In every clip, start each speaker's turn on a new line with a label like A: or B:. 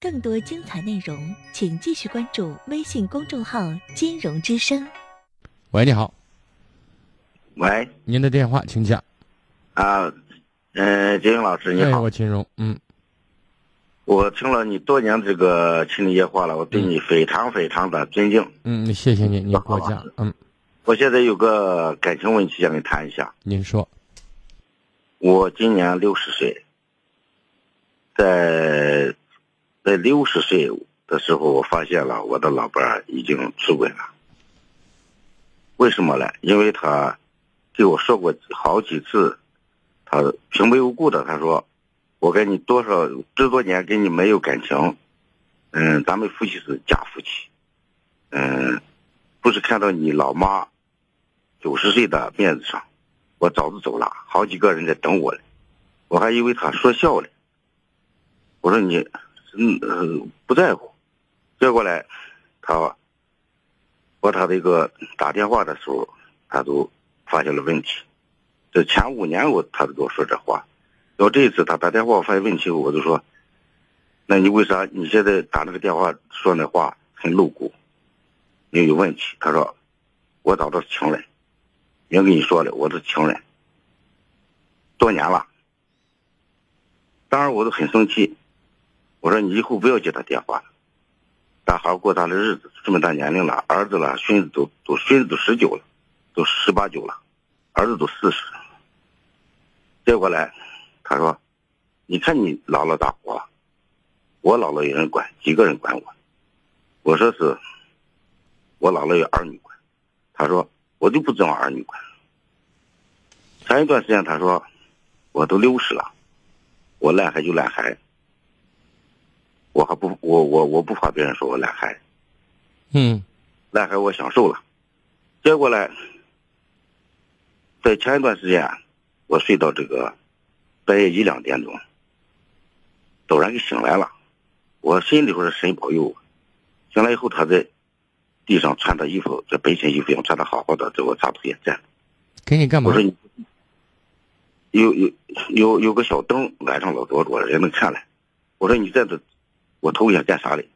A: 更多精彩内容，请继续关注微信公众号“金融之声
B: 喂，你好，
C: 喂，
B: 您的电话，请讲。
C: 啊，嗯，杰英老师你
B: 哎，
C: 好，
B: 我秦荣，嗯，
C: 我听了你多年这个心理夜话了，我对你非常非常的尊敬。
B: 嗯，谢谢您，您给我
C: 好
B: 讲，嗯，
C: 我现在有个感情问题想跟你谈一下，
B: 您说，
C: 我今年六十岁，在在六十岁的时候，我发现了我的老伴儿已经出轨了。为什么呢？因为他对我说过好几次，他平白无故的他说，我跟你多少这多年跟你没有感情，嗯，咱们夫妻是假夫妻，嗯，不是看到你老妈九十岁的面子上，我早就走了，好几个人在等我呢，我还以为他说笑呢。我说你，嗯呃，不在乎。结果呢，他，我他这个打电话的时候，他都发现了问题。这前五年我他都跟我说这话，然后这一次他打电话发现问题，我就说，那你为啥你现在打那个电话说那话很露骨？你有问题。他说，我找到情人。人跟你说了，我是情人，多年了。当时我都很生气，我说你以后不要接他电话了，咱好好过咱的日子。这么大年龄了，儿子了，孙子都都孙子都十九了，都十八九了，儿子都四十。结果来，他说：“你看你老了咋活？我老了有人管，几个人管我？”我说是，我老了有儿女管。他说我就不指望儿女管。前一段时间他说我都六十了，我懒孩就懒孩，我还不我我我不怕别人说我懒孩，
B: 嗯，
C: 懒孩我享受了。结果呢，在前一段时间，我睡到这个半夜一两点钟，突然给醒来了，我心里头是神保佑我。醒来以后，他在地上穿的衣服，这白裙衣服一样穿的好好的，在我茶铺也站着。
B: 给你干嘛
C: 我？说你有有有有个小灯，晚上老灼灼的，人能看来。我说你在这，我头想干啥嘞？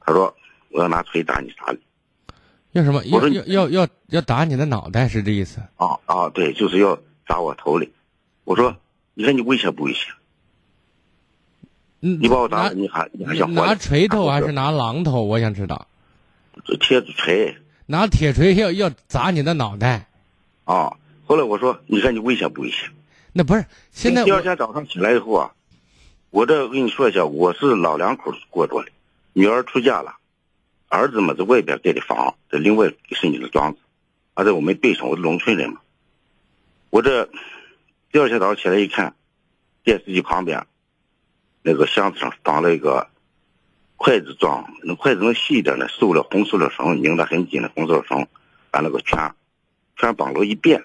C: 他说我要拿锤打你啥嘞？
B: 要什么？要
C: 我说你
B: 要要要要打你的脑袋是这意思？
C: 啊啊，对，就是要砸我头嘞。我说你看你危险不危险？
B: 嗯，
C: 你把我
B: 拿
C: 打，你还你还
B: 你
C: 想活嘞？啊
B: 拿锤头还
C: 还
B: 是拿榔头？我想知道，
C: 铁锤？
B: 拿铁锤要要砸你的脑袋，
C: 啊！后来我说你看你危险不危险？
B: 那不是现在
C: 第二
B: 我
C: 天早上起来以后啊，我这跟你说一下，我是老两口过着的，女儿出嫁了，儿子嘛在外边盖的房，在另外申请的庄子，而在我们对上，我是农村人嘛。我这第二天早上起来一看，电视机旁边那个箱子上放了一个筷子状，那筷子能细一点的，塑料红塑料绳拧得很紧的红塑料绳，完了个圈儿，圈儿绑了一遍，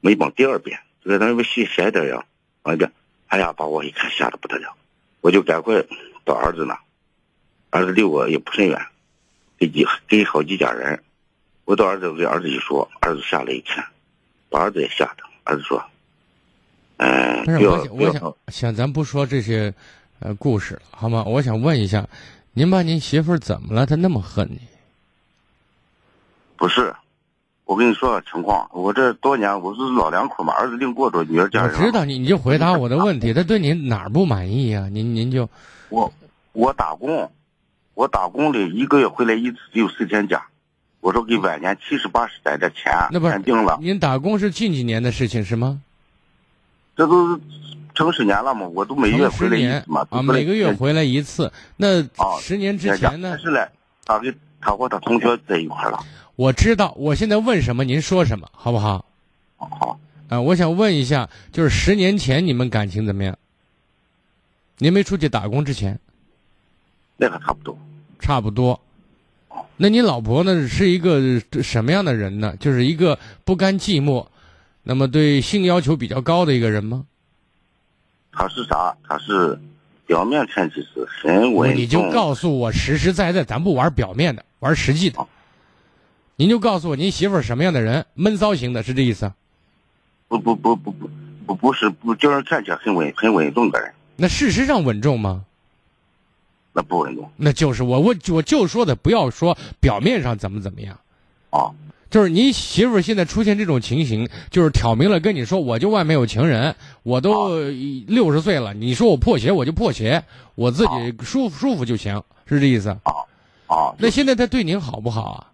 C: 没绑第二遍，就在那边细闲点儿呀。完了，哎呀，把我一看吓得不得了，我就赶快到儿子那，儿子离我也不甚远，给几给好几家人，我到儿子给儿子一说，儿子下来一看，把儿子也吓得，儿子说，嗯、
B: 不是
C: 不要
B: 我想
C: 不
B: 我
C: 要
B: 想想，咱不说这些呃故事了，好吗？我想问一下，您把您媳妇儿怎么了？她那么恨你？
C: 不是，我跟你说个情况，我这多年我是老两口嘛，儿子另过着，女儿嫁
B: 我
C: 人了。啊
B: 知道你，你就回答我的问题。她对你哪儿不满意啊？您您就
C: 我我打工，我打工里一个月回来一次只有四天假，我说给晚年七十八十攒点钱，
B: 那不是
C: 钱定了，
B: 您打工是近几年的事情是吗？
C: 这都成十年了嘛，我都每月
B: 成
C: 回
B: 十
C: 来一
B: 年
C: 次嘛，
B: 啊，
C: 都回来
B: 每个月回来一次。那
C: 哦
B: 十年
C: 一天
B: 之
C: 假
B: 前呢
C: 但？是嘞，他跟他和他同学在一块儿了，
B: 我知道，我现在问什么您说什么，好不好？
C: 好好，
B: 啊、我想问一下，就是十年前你们感情怎么样？您没出去打工之前，
C: 那个差不多，
B: 差不多。那你老婆呢？是一个什么样的人呢？就是一个不甘寂寞，那么对性要求比较高的一个人吗？
C: 他是啥？他是表面看起是很稳重，
B: 哦你就告诉我实实在在，咱不玩表面的，玩实际的。您就告诉我您媳妇儿什么样的人，闷骚型的，是这意思？啊
C: 不不不不不不不是不叫人看起来很稳很稳重的人，
B: 那事实上稳重吗？
C: 那不稳重
B: 那就是我我我就说的，不要说表面上怎么怎么样，
C: 啊。
B: 就是你媳妇儿现在出现这种情形，就是挑明了跟你说，我就外面有情人，我都六十岁了，你说我破鞋我就破鞋，我自己舒服舒服就行，是这意思。
C: 啊，嗯
B: 那现在他对您好不好啊？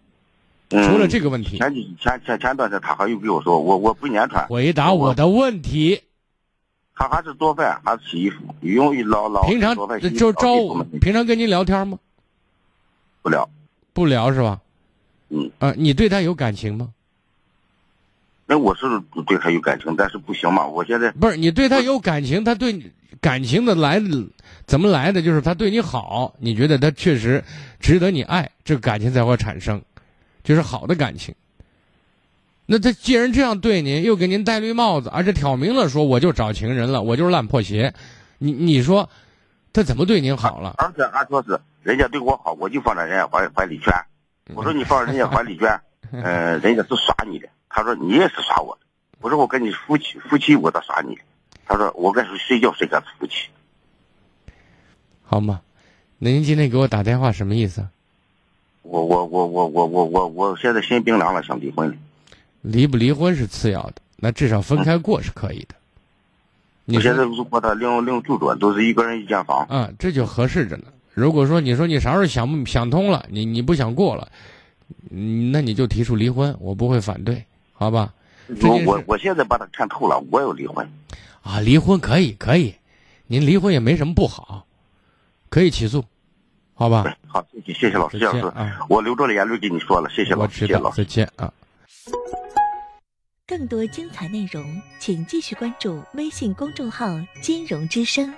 B: 除
C: 除
B: 了这个问题，
C: 前几前前前段时间他还又跟我说，我我不粘穿，
B: 回答我的问题。
C: 他还是做饭，还是洗衣服，因哦为老老
B: 平常
C: 做饭洗衣服
B: 就是
C: 老
B: 招
C: 给我们
B: 平常跟您聊天吗？
C: 不了。
B: 不聊是吧？
C: 嗯。
B: 啊，你对他有感情吗？
C: 那我是对他有感情，但是不行嘛，我现在
B: 不是，你对他有感情，他对你感情的来怎么来的？就是他对你好，你觉得他确实值得你爱，这个感情才会产生，就是好的感情。那他既然这样对您，又给您戴绿帽子，而且挑明了说我就找情人了，我就是烂破鞋，你你说他怎么对您好了？
C: 而且俺说是人家对我好，我就放在人家怀怀里圈。
B: 嗯
C: 我说你放人家怀里圈，呃，人家是耍你的。他说你也是耍我的。我说我跟你夫妻夫妻，我咋耍你的？他说我跟谁睡觉谁跟他夫妻。
B: 好吗？那您今天给我打电话什么意思啊？
C: 我我我我我我我我现在心冰凉了，想离婚了。
B: 离不离婚是次要的，那至少分开过是可以的。你
C: 我现在
B: 说
C: 如果他另另住着，都是一个人一间房。
B: 啊，这就合适着呢。如果说你说你啥时候想不想通了，你你不想过了，嗯那你就提出离婚，我不会反对，好吧？这
C: 我
B: 件事
C: 我我现在把他看透了，我要离婚。
B: 啊，离婚可以可以，您离婚也没什么不好，可以起诉，好吧？
C: 好，谢谢谢谢老师，
B: 再
C: 谢谢
B: 见
C: 老师，
B: 啊，
C: 我流着眼泪跟你说了，谢谢
B: 我
C: 老师，
B: 知
C: 谢谢老
B: 道，
C: 师。
B: 再见啊。
A: 更多精彩内容，请继续关注微信公众号“金融之声”。